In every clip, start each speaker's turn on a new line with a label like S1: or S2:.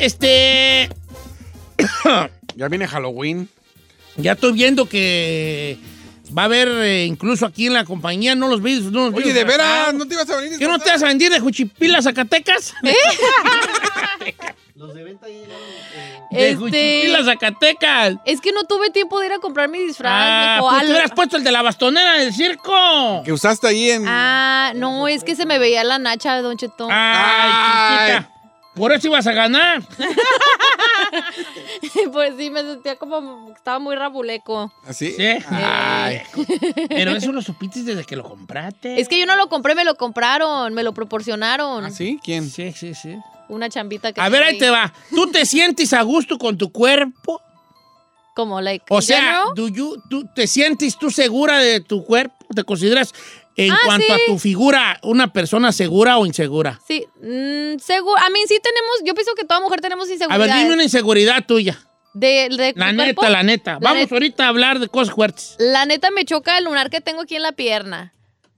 S1: este.
S2: Ya viene Halloween.
S1: ya estoy viendo que va a haber, eh, incluso aquí en la compañía, no los vídeos. No los
S2: Oye,
S1: vídeos
S2: de
S1: acá.
S2: veras, ¿no te ibas a venir?
S1: ¿Qué no te vas a vender de Juchipila, Zacatecas?
S3: ¿Eh?
S4: Los de venta llegaron.
S1: De
S3: Este-
S1: Juchipila, Zacatecas.
S3: Es que no tuve tiempo de ir a comprar mi disfraz.
S1: Ah,
S3: viejo.
S1: pues
S3: Al-
S1: te hubieras puesto el de la bastonera del circo.
S2: Que usaste ahí en...
S3: Ah, no, es que se me veía la nacha, Don Chetón.
S1: Ah. Ay, chiquita. Por eso ibas a ganar.
S3: pues sí, me sentía como que estaba muy rabuleco.
S2: ¿Así?
S1: Sí. Ay, pero eso lo supiste desde que lo compraste.
S3: Es que yo no lo compré, me lo compraron, me lo proporcionaron.
S2: ¿Así? ¿Ah, ¿Quién?
S1: Ah, Sí, sí, sí.
S3: Una chambita que.
S1: A ver,
S3: tengo
S1: ahí te va. ¿Tú te sientes a gusto con tu cuerpo?
S3: Como, like.
S1: O
S3: in
S1: sea,
S3: general.
S1: do you- ¿tú te sientes tú segura de tu cuerpo? ¿Te consideras en
S3: Ah,
S1: cuanto a
S3: sí.
S1: tu figura una persona segura o insegura?
S3: Sí, mm, seguro. A mí sí tenemos. Yo pienso que toda mujer tenemos
S1: A
S3: inseguridad.
S1: ver, dime una inseguridad tuya.
S3: De, de
S1: La
S3: tu
S1: neta,
S3: cuerpo.
S1: la neta.
S3: La
S1: Vamos
S3: neta.
S1: ahorita a hablar de cosas fuertes.
S3: La neta me choca el lunar que tengo aquí en la pierna.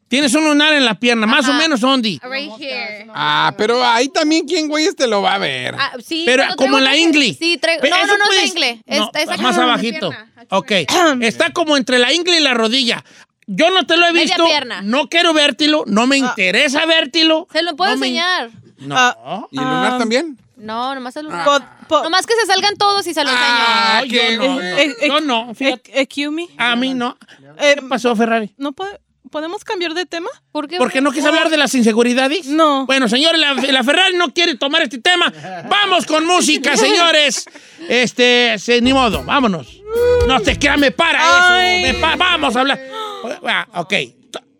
S1: Tienes un lunar en la pierna, más o
S3: Ajá.
S1: menos, Ondi.
S3: Right here.
S2: Ah, pero ahí también, ¿quién güey este lo va a ver?
S3: Ah, sí,
S1: Pero
S3: lo
S1: como
S3: traigo
S1: en la
S3: aquí.
S1: ingle.
S3: Sí, traigo.
S1: Pero
S3: no,
S1: eso
S3: no, no es
S1: puedes-
S3: la ingle. Es-
S1: No,
S3: es acá
S1: más
S3: en la
S1: abajito. Ah, oh,
S3: pierna.
S1: Ok. Está como entre la ingle y la rodilla. Yo no te lo he
S3: Media
S1: visto.
S3: pierna. Ah.
S1: No quiero vértilo. No me interesa vértilo.
S3: Se lo puedo
S1: No me-
S3: enseñar.
S1: No.
S5: Ah.
S2: ¿Y el lunar
S5: Ah.
S2: también?
S3: No, nomás el
S1: Ah.
S3: lunar.
S5: Po- po-
S3: Nomás que se salgan todos y se lo enseño.
S2: Ah,
S1: yo
S2: ¿qué?
S1: no.
S2: güey?
S5: eh, eh,
S1: Yo no, fíjate.
S5: eh, excuse me.
S1: A mí no.
S5: Eh,
S1: ¿Qué pasó, Ferrari?
S5: ¿No po- podemos cambiar de tema?
S3: ¿Por qué?
S1: ¿Por qué no quieres hablar de las inseguridades?
S5: No.
S1: Bueno, señores, la, la Ferrari no quiere tomar este tema. Vamos con música, señores. Este, se- ni modo, vámonos. No te creas, me para
S5: Ay.
S1: eso. me pa- vamos a hablar. Ah, ok.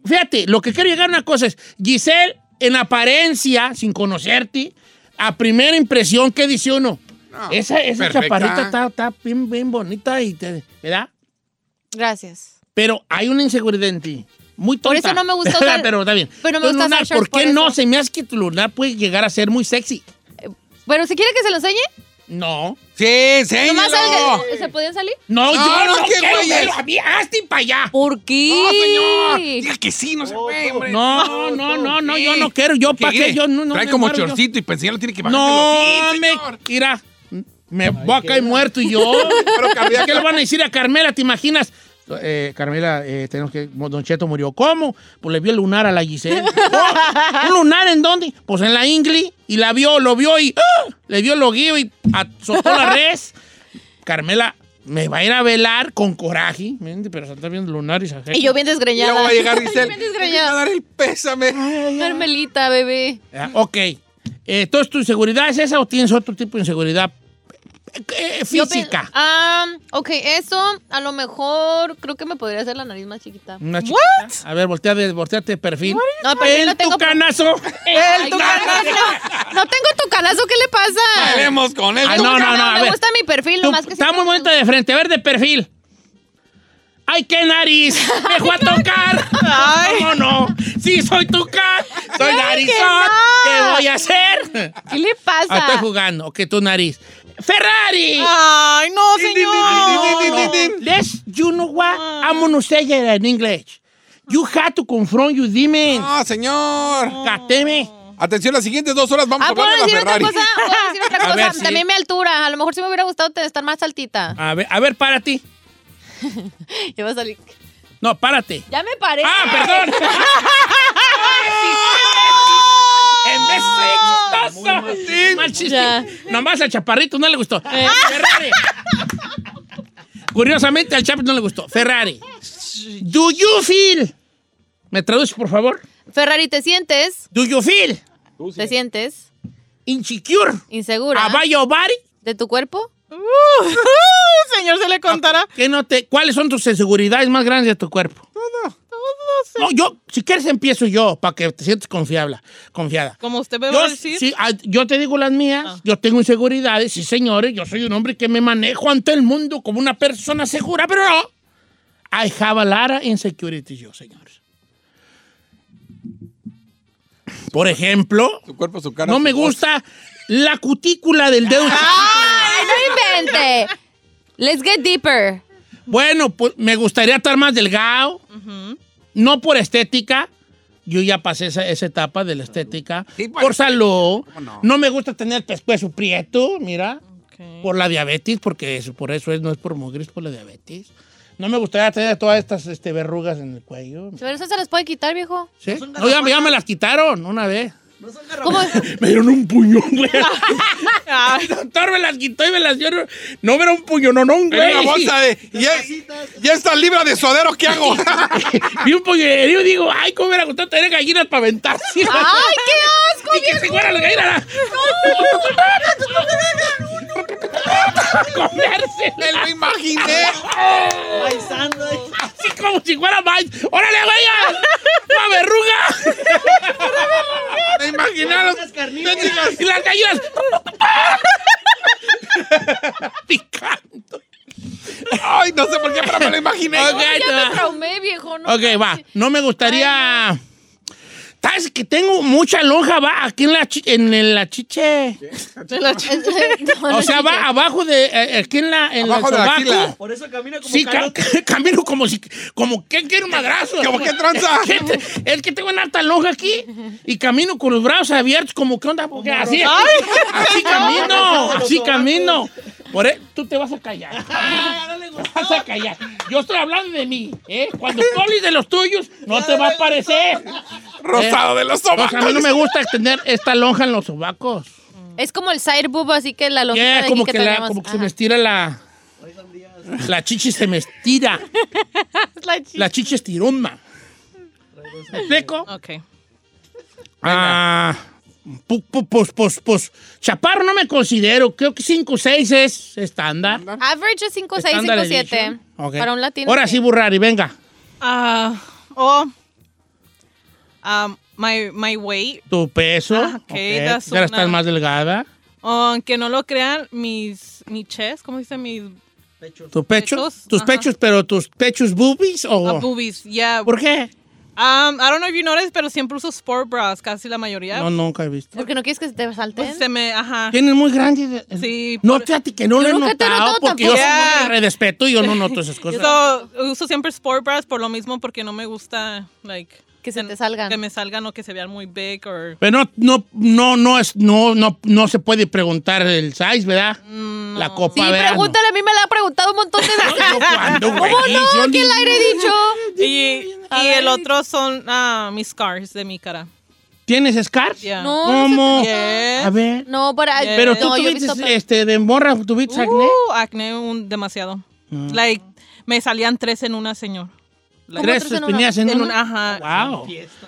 S1: Fíjate, lo que quiero llegar a una cosa es, Giselle, en apariencia, sin conocerte, a primera impresión, ¿qué dice uno?
S2: No,
S1: esa esa
S2: perfecta.
S1: chaparrita está, está bien, bien bonita y te, ¿verdad?
S3: Gracias.
S1: Pero hay una inseguridad en ti. Muy tonta.
S3: Por eso no me gusta usar-
S1: pero está bien.
S3: pero no me
S1: Tu
S3: gusta usar
S1: lunar,
S3: shorts
S1: ¿Por qué
S3: por
S1: no?
S3: eso.
S1: Se me hace que tu lunar puede llegar a ser muy sexy.
S3: Bueno, si quiere que se lo enseñe,
S1: No.
S2: Sí,
S3: nomás
S2: enséñalo.
S3: salga. ¿Se podían salir?
S1: No, yo
S2: no,
S1: no,
S2: ¿qué
S1: quiero
S2: güeyes?
S1: verlo. A mí, hazte para allá.
S3: ¿Por qué?
S2: No, ¡Oh, señor. Diga que sí, no se puede, hombre.
S1: Oh, No, no, no, no, yo no quiero. Yo
S2: ¿Qué
S1: para qué,
S2: quiere?
S1: yo no, no
S2: Trae
S1: me
S2: como
S1: muero, yo.
S2: chorcito y pensé lo tiene que bajar.
S1: No, me mira, me voy a caer muerto y yo.
S2: Pero cardíaca.
S1: ¿Qué le van a decir a Carmela? ¿Te imaginas? Eh, Carmela, eh, tenemos que. Don Cheto murió. ¿Cómo? Pues le vio el lunar a la Giselle. Oh, ¿Un lunar en dónde? Pues en la Ingli. Y la vio, lo vio y. ¡ah! Le vio el loguillo y azotó la res. Carmela, me va a ir a velar con coraje. mente, Pero se está viendo el lunar y se
S3: Y yo bien
S2: Ya
S3: desgreñada.
S2: va a llegar
S3: Yo
S2: Giselle.
S3: bien
S2: Me va a
S3: desgreñada.
S2: dar el pésame.
S3: Carmelita, bebé.
S1: Ah, Ok. Eh, Entonces, ¿tu inseguridad es esa o tienes otro tipo de inseguridad eh,
S3: Yo pen-
S1: física?
S3: Ah, ok, eso a lo mejor creo que me podría hacer la nariz más chiquita.
S1: Una chiquita. A ver, voltea de, volteate de perfil.
S3: No, de perfil
S1: el
S3: no tengo
S1: tucanazo.
S3: Ay,
S1: El
S3: no,
S1: tucanazo.
S3: no, no tengo tu calazo, ¿qué le pasa?
S2: Hablemos con él.
S1: Ay, Ah, no, no, no, a
S3: me
S1: ver.
S3: gusta mi perfil,
S1: Tú-
S3: nomás que
S1: está
S3: siempre
S1: muy
S3: me
S1: bonita de frente. A ver, de perfil. ¡Ay, qué nariz! ¡Me fue a tocar!
S5: Ay.
S1: ¿Cómo no? ¡Sí, soy tucán! ¡Soy narizón!
S3: no.
S1: ¿Qué voy a hacer?
S3: ¿Qué le
S1: Ah, estoy
S3: pasa?
S1: jugando. Ok, tu nariz. ¡Ferrari!
S3: Ah,
S5: Ay, no,
S2: din,
S5: señor.
S2: din, din, din.
S1: Let's, you know what?
S3: Ah.
S1: I'm gonna say it in English. You had to confront your demons.
S2: No, señor.
S1: Cateme.
S2: Atención, las siguientes dos horas vamos a
S3: Ah,
S2: hablar
S3: ¿puedo
S2: de la
S3: decir otra
S2: Ferrari.
S3: cosa? ¿Puedo decir otra
S1: A
S3: cosa?
S1: ver, sí.
S3: También mi altura. A lo mejor sí me hubiera gustado te- estar más altita.
S1: A ver, a ver, párate.
S3: Ya va a salir.
S1: No, párate.
S3: Ya me paré.
S1: ¡Ah, perdón! ¡En vez de ser chistoso! ¡Mal chiste!
S3: Ya. Eh.
S1: Nomás al chaparrito no le gustó. Ferrari. Curiosamente, al chaparrito no le gustó. Ferrari. Do you feel... ¿Me traduces, por favor?
S3: Ferrari, ¿te sientes?
S1: Do you feel
S3: ¿Te sientes
S1: insecure
S3: insegura
S1: about your body?
S3: de tu cuerpo?
S5: Uh, señor, se le contará.
S1: ¿Qué no te, ¿Cuáles son tus inseguridades más grandes de tu cuerpo? No, yo, si quieres empiezo yo, para que te sientas confiable, confiada.
S5: Como usted me va
S1: Yo,
S5: a decir.
S1: sí, ah, yo te digo las mías, yo tengo inseguridades, sí señores, yo soy un hombre que me manejo ante el mundo como una persona segura, pero no. I have a lot of insecurities yo, señores. Por ejemplo,
S2: Su cuerpo, su cara.
S1: no
S2: su
S1: me
S2: voz.
S1: gusta la cutícula del dedo.
S3: ¡Ay, no invente! Let's get deeper.
S1: Bueno, pues me gustaría estar más delgado. No por estética, Yo ya pasé esa, esa etapa de la estética.
S2: Sí, pues,
S1: por salud.
S2: ¿cómo
S1: No?
S2: no?
S1: me gusta tener el pescuezo prieto, mira.
S5: Ok.
S1: Por la diabetes, porque eso, por eso es, no es por mugres, por la diabetes. No me gustaría tener todas estas este, verrugas en el cuello.
S3: Pero eso se las puede quitar, viejo.
S1: ¿Sí? No, ya, ya me las quitaron una vez.
S3: ¿Cómo?
S1: Me dieron un puñón, güey.
S5: Ay,
S1: El doctor me las quitó y me las dio. No era un puñononón, güey.
S2: Era una bolsa de. Ya, ya está libra de suadero, ¿qué hago?
S1: Y un puñonero digo, ay, cómo me hubiera gustado tener gallinas para aventar.
S3: ¡Ay, qué asco!
S1: Y que se fuera la gallina. Comerse.
S2: Me lo imaginé.
S4: Paisando. ahí.
S1: Así como si fuera más. ¡Órale, güey! ¡Una verruga!
S2: Me imaginé a los.
S4: Unas carnitas.
S1: Y las gallinas. Picando.
S2: Ay, no sé por qué, pero me lo imaginé.
S1: Ok, ahí te
S3: Ya
S1: va.
S3: me traumé, viejo. No
S1: Ok, va.
S3: manches.
S1: No me gustaría. ¿Sabes que tengo mucha lonja, va? Aquí en la, chi- en, en la chiche.
S3: No, no,
S1: O sea, va abajo de. eh, aquí en la. En
S2: Abajo
S1: el
S2: de la
S1: sobaco.
S2: axila.
S4: Por eso camina como
S1: Sí, ca-
S4: Carlos.
S1: camino como si. Como que quiero más graso.
S2: ¿Cómo que tranza?
S1: Es que, te- es que tengo una alta lonja aquí y camino con los brazos abiertos, como que onda. Porque así. Así camino. Así camino. Por e- tú te vas a callar.
S4: Ah, no le gustó.
S1: vas a callar. Yo estoy hablando de mí, ¿eh? Cuando tú hables de los tuyos, no te va a parecer.
S2: Rosado de los
S1: O sea, Pues a mí no
S2: sobacos.
S1: me gusta tener esta lonja en los sobacos.
S3: Es como el side boob, así que la lonjita
S1: Ya,
S3: de aquí
S1: como, que la,
S3: tenemos.
S1: como que se
S3: Ajá.
S1: me estira la... La chichi se me estira.
S5: la chi-
S1: La chichi estiroma. ¿Me explico?
S5: Ok.
S1: Ah, pu- pu- pues, pues, pues, chaparro no me considero. Creo que 5 6 es estándar.
S3: Average es 5, 6,
S1: Estándar
S3: 5, 7.
S1: edition. Ok.
S3: Para un latino.
S1: Ahora sí, Burrari, venga.
S5: Ah, oh. Um, my, my weight.
S1: Tu peso.
S5: Ah, ok,
S1: ok,
S5: that's
S1: ahora estás
S5: una-
S1: más delgada.
S5: Aunque no lo crean, mis, mi chest, ¿cómo dice? Mis
S4: Pecho.
S1: ¿Tu pecho?
S5: Pechos,
S1: ¿Tus
S5: ajá.
S1: pechos, pero tus pechos boobies
S5: ah,
S1: o...?
S5: boobies. Yeah.
S1: Oh. ¿Por qué?
S5: Um, I don't know if you noticed, pero siempre uso sport bras, casi la mayoría.
S1: No, nunca he visto.
S3: Porque no quieres que se te salten.
S5: Pues se me, ajá.
S1: Tienes muy grandes...
S5: Sí.
S1: No,
S5: por-
S1: fíjate que no lo he
S3: nunca te he
S1: notado
S3: notado
S1: porque yo
S3: tampoco.
S1: soy
S5: Ya.
S1: muy de respeto y yo no noto esas cosas.
S5: So, uso siempre sport bras por lo mismo porque no me gusta like
S3: Que
S1: eh,
S3: se te salgan.
S5: que me salgan o que se vean muy big or
S1: Pero no, no, no, no es, no, no, no se puede preguntar el size, ¿verdad? La copa,
S3: Mm, Sí,
S1: ¿verdad?
S3: pregúntale, a mí me la ha preguntado un montón de veces.
S1: No, yo cuando, güey, yo
S3: ¿Cómo Oh, no?
S1: ni-
S3: ¿Qué le he dicho?
S5: y, y el otro son ah, mis scars de mi cara.
S1: ¿Tienes scar?
S5: Yeah.
S3: No,
S1: ¿Cómo?
S3: no se
S5: Yes.
S1: A ver.
S3: No, para.
S1: Pero
S3: Eh, no,
S1: tú
S3: yo he
S1: tuviste,
S3: visto-
S1: este, de morra, tuviste acné.
S5: Uh, acné un, demasiado.
S2: Mm.
S5: Like me salían tres en una señor.
S3: ¿Cómo
S1: Tres
S3: tres en una?
S1: espinillas en
S5: En
S1: una.
S5: una, ajá.
S1: Wow.
S4: Fiesta.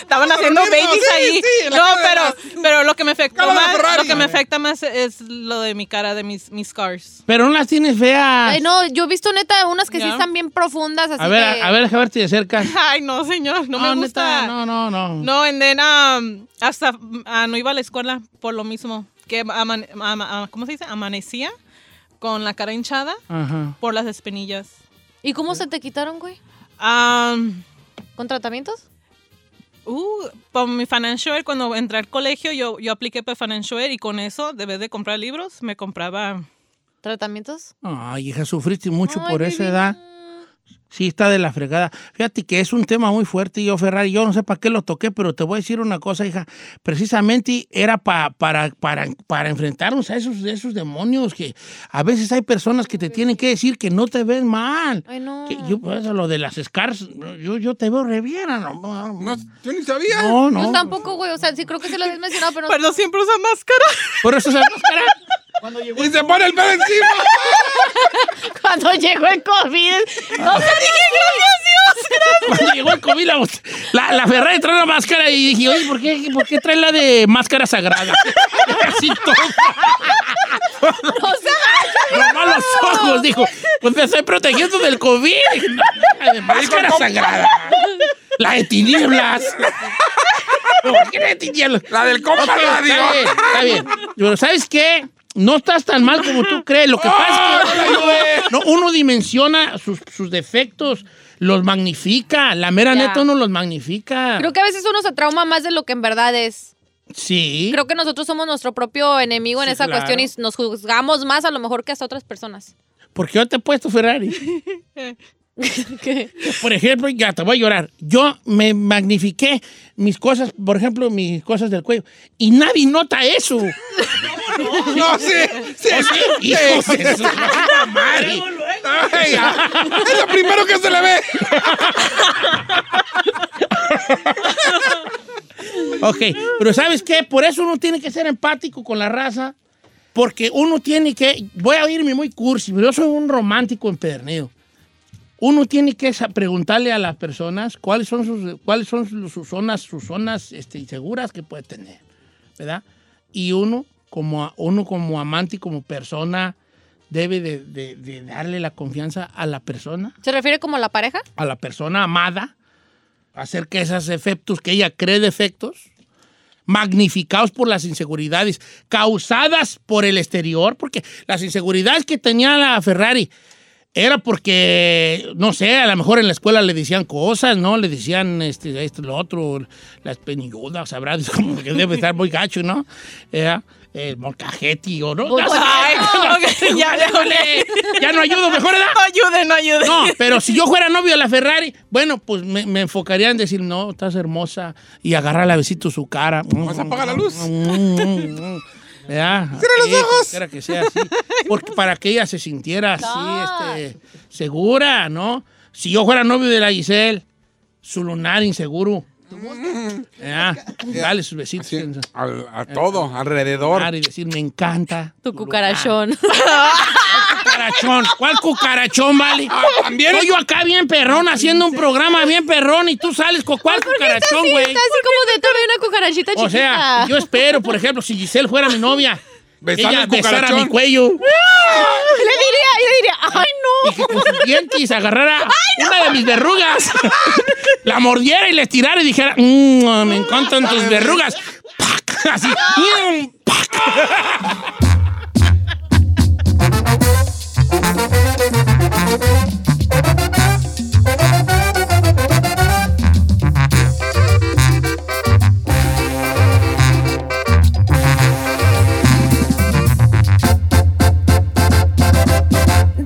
S5: Estaban haciendo
S2: Pero no,
S5: babies
S2: sí,
S5: ahí.
S2: sí, la
S5: no,
S2: cara de
S5: pero, pero lo que me afectó
S2: Cara de
S5: más,
S2: Ferrari.
S5: lo que me afecta más es lo de mi cara, de mis, mis scars.
S1: Pero no las tienes feas.
S3: Ay, no, yo he visto neta unas que sí
S5: Ya.
S3: están bien profundas. Así
S1: a ver,
S3: que-
S1: a, a ver, a ver si de cerca.
S5: Ay, no, señor, no, me gusta.
S1: Ah, neta, No, no, no.
S5: No, and then, um, hasta ah, no iba a la escuela por lo mismo. Que amane- ama- ah, ¿Cómo se dice? Amanecía con la cara hinchada
S1: Ajá.
S5: por las espinillas.
S3: ¿Y cómo se te quitaron, güey?
S5: Um,
S3: ¿Con tratamientos?
S5: uh, por mi financial aid, cuando entré al colegio, yo, yo apliqué para financial aid y con eso, de vez de comprar libros, me compraba.
S3: ¿Tratamientos?
S1: Ay, hija, sufriste mucho
S3: Ay,
S1: por esa
S3: baby.
S1: edad. Sí, está de la fregada. Fíjate que es un tema muy fuerte, yo, Ferrari. Yo no sé para qué lo toqué, pero te voy a decir una cosa, hija. Precisamente era pa- para, para, para enfrentarnos a esos, esos demonios que a veces hay personas que te tienen que decir que no te ves mal.
S3: Pues Ay, no.
S1: Que yo, pues, lo de las scars, yo, yo te veo re bien, ¿no?
S2: No, yo ni sabía.
S1: No,
S3: Yo
S1: no.
S3: Pues tampoco, güey. O sea, sí creo que se lo habías mencionado, pero...
S5: Pero siempre usa máscara.
S1: Por eso se
S4: Cuando llegó
S2: Y se pone el pelo encima.
S3: Cuando llegó el COVID... No sé,
S1: Cuando llegó el COVID, la, la, la Ferrari trae una máscara y dije, oye, ¿por qué, ¿por qué trae la de máscara sagrada? Así todo.
S3: no sé.
S1: Nomás los ojos, dijo. Pues me estoy protegiendo del COVID. Dije, "No, la de máscara sagrada. La de tinieblas. ¿Por qué la de tinieblas?
S2: La del compa
S1: Ok,
S2: radio.
S1: Está bien, está bien. Pero ¿sabes qué? No estás tan mal como tú crees. Lo que pasa es que no, uno dimensiona sus, sus defectos, los magnifica. La mera
S3: Ya.
S1: neta uno los magnifica.
S3: Creo que a veces uno se trauma más de lo que en verdad es.
S1: Sí.
S3: Creo que nosotros somos nuestro propio enemigo en
S1: Sí,
S3: esa
S1: claro.
S3: cuestión y nos juzgamos más a lo mejor que hasta otras personas.
S1: ¿Por qué yo te he puesto Ferrari?
S3: ¿Qué?
S1: Por ejemplo, ya te voy a llorar. Yo me magnifiqué mis cosas, por ejemplo, mis cosas del cuello. Y nadie nota eso.
S2: No, sí, sí.
S1: O sea, hijos de su puta madre.
S2: Ay, ah, es lo primero que se le ve.
S1: Ok, pero ¿sabes qué? Por eso uno tiene que ser empático con la raza, porque uno tiene que, voy a irme muy cursi, pero yo soy un romántico empedernido. Uno tiene que sa- preguntarle a las personas cuáles son sus, cuáles son sus, sus zonas, sus zonas este, seguras que puede tener, ¿verdad? Y uno como, a- uno como amante y como persona debe de- de- de darle la confianza a la persona
S3: ¿Se refiere como la pareja?
S1: a la persona amada, hacer que esos efectos que ella cree defectos, magnificados por las inseguridades causadas por el exterior, porque las inseguridades que tenía la Ferrari era porque, no sé, a lo mejor en la escuela le decían cosas, ¿no? Le decían este, esto, lo otro, las penilludas, sabrá, es como que debe estar muy gacho, ¿no? Eh, el molcajeti o no. no sé.
S5: Ay, ok, ya, ya, ok.
S1: Ya no ayudo, mejor edad.
S5: No ayude, no ayude.
S1: No, pero si yo fuera novio de la Ferrari, bueno, pues me, me enfocaría en decir, no, estás hermosa, y agarrarle a besito su cara. Mm,
S2: Pues apaga la luz.
S1: Cierra los ojos. que sea así. Porque para que ella se sintiera así, este, segura, ¿no? Si yo fuera novio de la Giselle, su lunar inseguro. Mm. ¿verdad? Dale sus besitos.
S2: Sí,
S1: en su
S2: al- a todo,
S1: lunar
S2: alrededor.
S1: y decir, me encanta.
S3: Tu
S1: lunar".
S3: cucarachón.
S1: cucarachón. ¿Cuál cucarachón, vale?
S2: también.
S1: Soy yo acá bien perrón, haciendo un programa bien perrón y tú sales con cuál cucarachón, güey.
S3: Está así como dentro de una cucarachita chiquita.
S1: O sea, yo espero, por ejemplo, si Giselle fuera mi novia,
S2: Besarme
S1: ella
S2: el
S1: besara
S2: cucarachón.
S1: mi cuello
S3: Le diría, le diría, ay
S1: y que con sus dientes agarrara una de mis verrugas, la mordiera y le estirara y dijera, "Mm, me encantan tus verrugas. ¡Pac! Así, ¡miau! ¡Pac!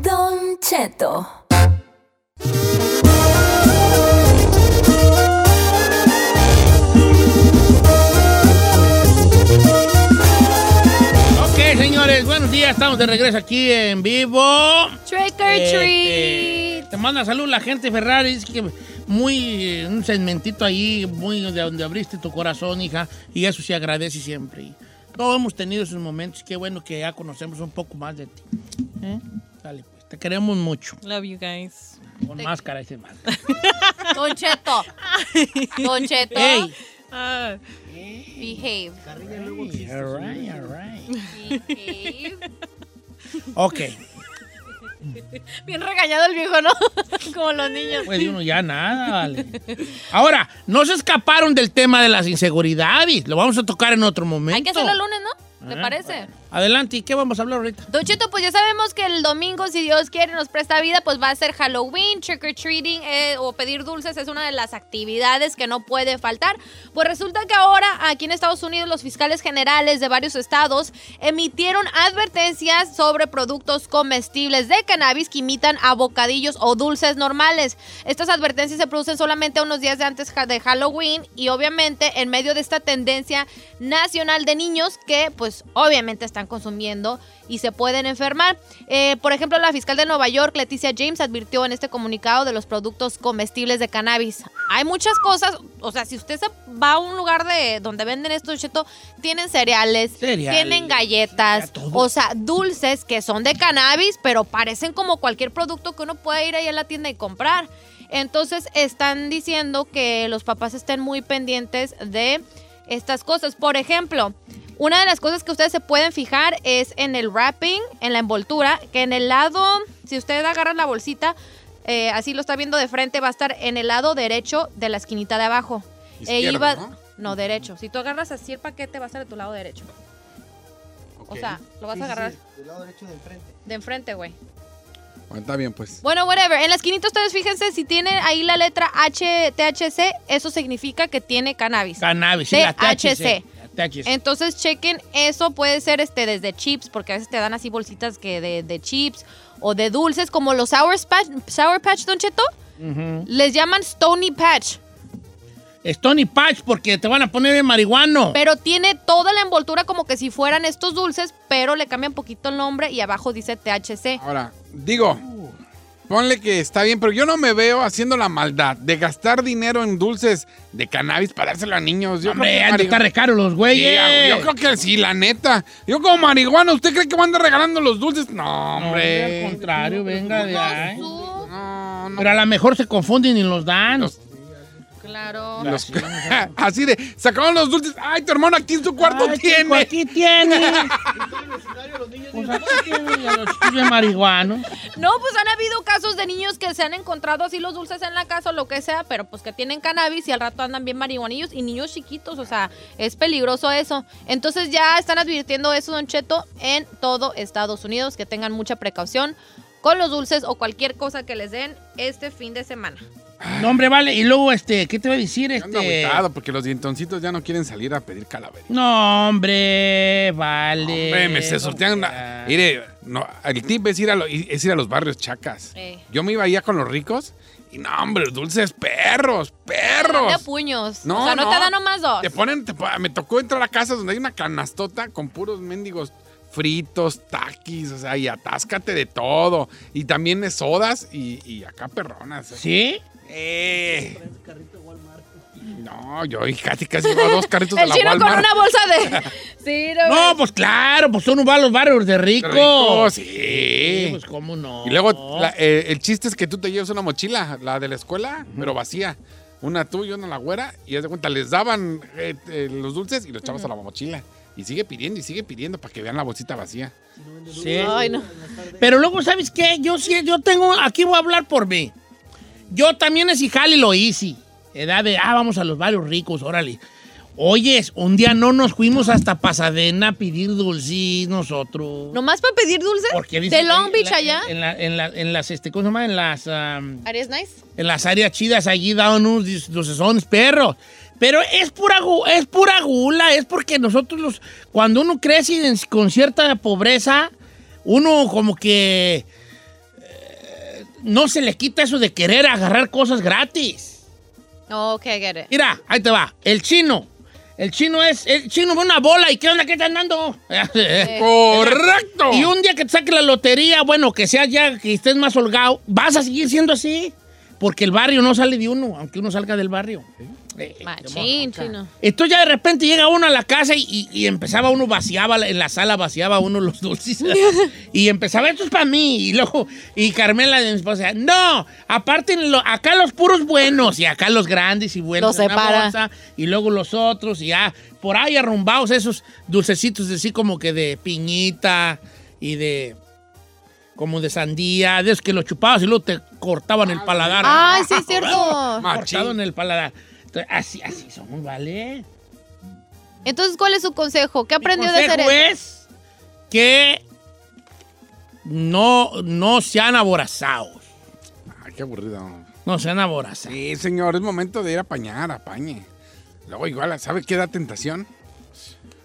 S6: Don Cheto.
S1: Ok, señores, buenos días, estamos de regreso aquí en vivo.
S3: no. Trick or
S1: Este,
S3: treat.
S1: Te manda salud la gente Ferrari. Es que muy eh, un segmentito ahí, muy de donde abriste tu corazón, hija. Y eso sí agradece siempre. Todos hemos tenido esos momentos. Qué bueno que ya conocemos un poco más de ti. ¿Eh? Dale, pues. Te queremos mucho.
S5: Love you guys.
S1: Con máscara y sin máscara.
S3: Don Cheto. Don Cheto.
S1: Ey.
S5: Ah,
S3: Behave.
S1: All right, all right.
S3: Behave.
S1: Ok.
S3: Bien regañado el viejo, ¿no? Como los niños.
S1: Pues de uno ya nada, vale. Ahora, no se escaparon del tema de las inseguridades. Lo vamos a tocar en otro momento.
S3: Hay que hacerlo el lunes, ¿no? ¿Le
S1: Ah,
S3: parece?
S1: Adelante, ¿y qué vamos a hablar ahorita?
S3: Don Cheto, pues ya sabemos que el domingo, si Dios quiere, nos presta vida, pues va a ser Halloween, trick or treating eh, o pedir dulces es una de las actividades que no puede faltar. Pues resulta que ahora aquí en Estados Unidos los fiscales generales de varios estados emitieron advertencias sobre productos comestibles de cannabis que imitan a bocadillos o dulces normales. Estas advertencias se producen solamente unos días de antes ja- de Halloween y obviamente en medio de esta tendencia nacional de niños que pues obviamente están consumiendo y se pueden enfermar. Eh, por ejemplo, la fiscal de Nueva York, Leticia James, advirtió en este comunicado de los productos comestibles de cannabis. Hay muchas cosas, o sea, si usted se va a un lugar de donde venden estos chetos, tienen cereales,
S1: Cereales,
S3: tienen galletas,
S1: ya todo.
S3: o sea, dulces que son de cannabis, pero parecen como cualquier producto que uno pueda ir ahí a la tienda y comprar. Entonces están diciendo que los papás estén muy pendientes de estas cosas. Por ejemplo, una de las cosas que ustedes se pueden fijar es en el wrapping, en la envoltura, que en el lado, si usted agarra la bolsita, eh, así lo está viendo de frente, va a estar en el lado derecho de la esquinita de abajo. E
S2: Izquierdo,
S3: iba-
S2: ¿no?
S3: no, derecho. Si tú agarras así el paquete, va a estar de tu lado derecho.
S2: Ok.
S3: O sea, lo vas
S4: Sí,
S3: a
S4: sí,
S3: agarrar
S4: sí, Del lado derecho del frente.
S3: de enfrente, güey.
S2: Bueno, está bien, pues.
S3: Bueno, whatever. En la esquinita ustedes fíjense si tiene ahí la letra H, THC, eso significa que tiene cannabis.
S1: Cannabis, sí,
S3: THC.
S1: la THC. taches.
S3: Entonces chequen eso, puede ser este desde chips, porque a veces te dan así bolsitas que de, de chips o de dulces, como los Sour Patch, Sour Patch Don Cheto,
S1: Ujú.
S3: les llaman Stony Patch,
S1: Stony Patch, porque te van a poner en marihuano.
S3: pero tiene toda la envoltura como que si fueran estos dulces, pero le cambian poquito el nombre y abajo dice THC.
S2: Ahora, digo, ponle que está bien, pero yo no me veo haciendo la maldad de gastar dinero en dulces de cannabis para dárselo a niños. Yo
S1: Hombre,
S2: creo que
S1: han de
S2: marihu-
S1: estar re caros los
S2: Sí, ah,
S1: güeyes.
S2: Yo creo que sí, la neta. Yo como marihuana, ¿usted cree que van a andar regalando los dulces? No,
S1: Hombre, al
S2: hombre. pues,
S1: contrario,
S4: Ah,
S1: venga de ahí.
S3: Su-
S2: No, no.
S1: Pero a lo mejor se confunden y los dan.
S2: Los-
S3: Claro.
S2: Los- así de, sacaron los dulces. Ay, tu hermano aquí en su cuarto
S1: Ay,
S2: tiene.
S1: chico, aquí tiene.
S4: Los niños
S1: Pues
S4: dicen,
S1: aquí tiene a los chicos de marihuanos.
S3: No, pues han habido casos de niños que se han encontrado así los dulces en la casa o lo que sea, pero pues que tienen cannabis y al rato andan bien marihuanillos y niños chiquitos, o sea, es peligroso eso. Entonces ya están advirtiendo eso, Don Cheto, en todo Estados Unidos, que tengan mucha precaución con los dulces o cualquier cosa que les den este fin de semana.
S1: No, hombre, vale. Y luego, este, ¿qué te voy a decir?
S2: Yo ando
S1: Este.
S2: agüitado porque los dientoncitos ya no quieren salir a pedir calaverita.
S1: No, hombre, vale.
S2: Hombre, me se sortean.
S1: Hombre.
S2: una- Mire, no, el tip es ir, a lo- es ir a los barrios chacas.
S3: Eh.
S2: Yo me iba allá con los ricos y no, hombre, los dulces perros,
S3: De
S2: perros.
S3: puños. o sea, no, te dan nomás dos.
S2: Te ponen, te pon- me tocó entrar a casas donde hay una canastota con puros mendigos fritos, taquis, o sea, y atáscate de todo. Y también es sodas y, y acá perronas.
S1: ¿Sí?
S2: Eh. No, yo y casi casi llevo dos carritos de
S3: El
S2: la
S3: chino con
S2: Walmart.
S3: una bolsa de... Sí, no,
S1: No, pues claro, pues uno va a los barrios de ricos.
S2: Rico, sí.
S1: Sí, pues cómo no.
S2: Y luego la- eh, el chiste es que tú te llevas una mochila, la de la escuela, pero vacía. Una tú y una la güera. Y haz de cuenta, les daban eh, eh, los dulces y los echabas a la mochila. Y sigue pidiendo y sigue pidiendo para que vean la bolsita vacía.
S1: Sí.
S3: Ay, no.
S1: Pero luego, ¿sabes qué? Yo sí, yo tengo, aquí voy a hablar por mí. Yo también es hijal y lo hice. Edad de, ah, vamos a los barrios ricos, órale. Oyes, un día no nos fuimos hasta Pasadena a pedir dulces nosotros.
S3: ¿Nomás para pedir dulces?
S1: Porque dice
S3: ¿De
S1: que
S3: Long
S1: en
S3: Beach
S1: la-
S3: allá?
S1: En, la- en la- en las, este, ¿cómo se llama? En las, am,
S3: ¿Aries Nice?
S1: en las áreas chidas allí daban unos dis- dulcezones perros. Pero es pura, gu- es pura gula, es porque nosotros, los, cuando uno crece en- con cierta pobreza, uno como que eh, no se le quita eso de querer agarrar cosas gratis.
S3: Ok, get it.
S1: Mira, ahí te va, el chino. El chino es, el chino ve una bola y ¿qué onda? ¿Qué están dando?
S2: ¡Correcto!
S1: Y un día que te saque la lotería, bueno, que sea ya, que estés más holgado, vas a seguir siendo así. Porque el barrio no sale de uno, aunque uno salga del barrio. Eh, eh,
S3: Machín, chino.
S1: Entonces ya de repente llega uno a la casa y, y- y empezaba uno, vaciaba, la- en la sala vaciaba uno los dulces. y empezaba, esto es para mí. Y luego, y Carmela de mi esposa, no, aparte acá los puros buenos y acá los grandes y buenos.
S3: Los
S1: en una
S3: separa.
S1: bolsa, y luego los otros y ya, por ahí arrumbados esos dulcecitos así como que de piñita y de... Como de sandía, de esos que los chupabas y luego te cortaban el paladar.
S3: Ay, Ah, sí es cierto.
S1: cortado
S2: Machín.
S1: en el paladar. Entonces, así, así somos, ¿vale?
S3: Entonces, ¿cuál es su consejo? ¿Qué aprendió
S1: Mi
S3: de hacer
S1: consejo
S3: eso?
S1: es que no, no sean aborazados.
S2: Ay, qué aburrido.
S1: No sean aborazados.
S2: Sí, señor, es momento de ir a apañar, apañe. Luego igual, ¿sabe qué da tentación?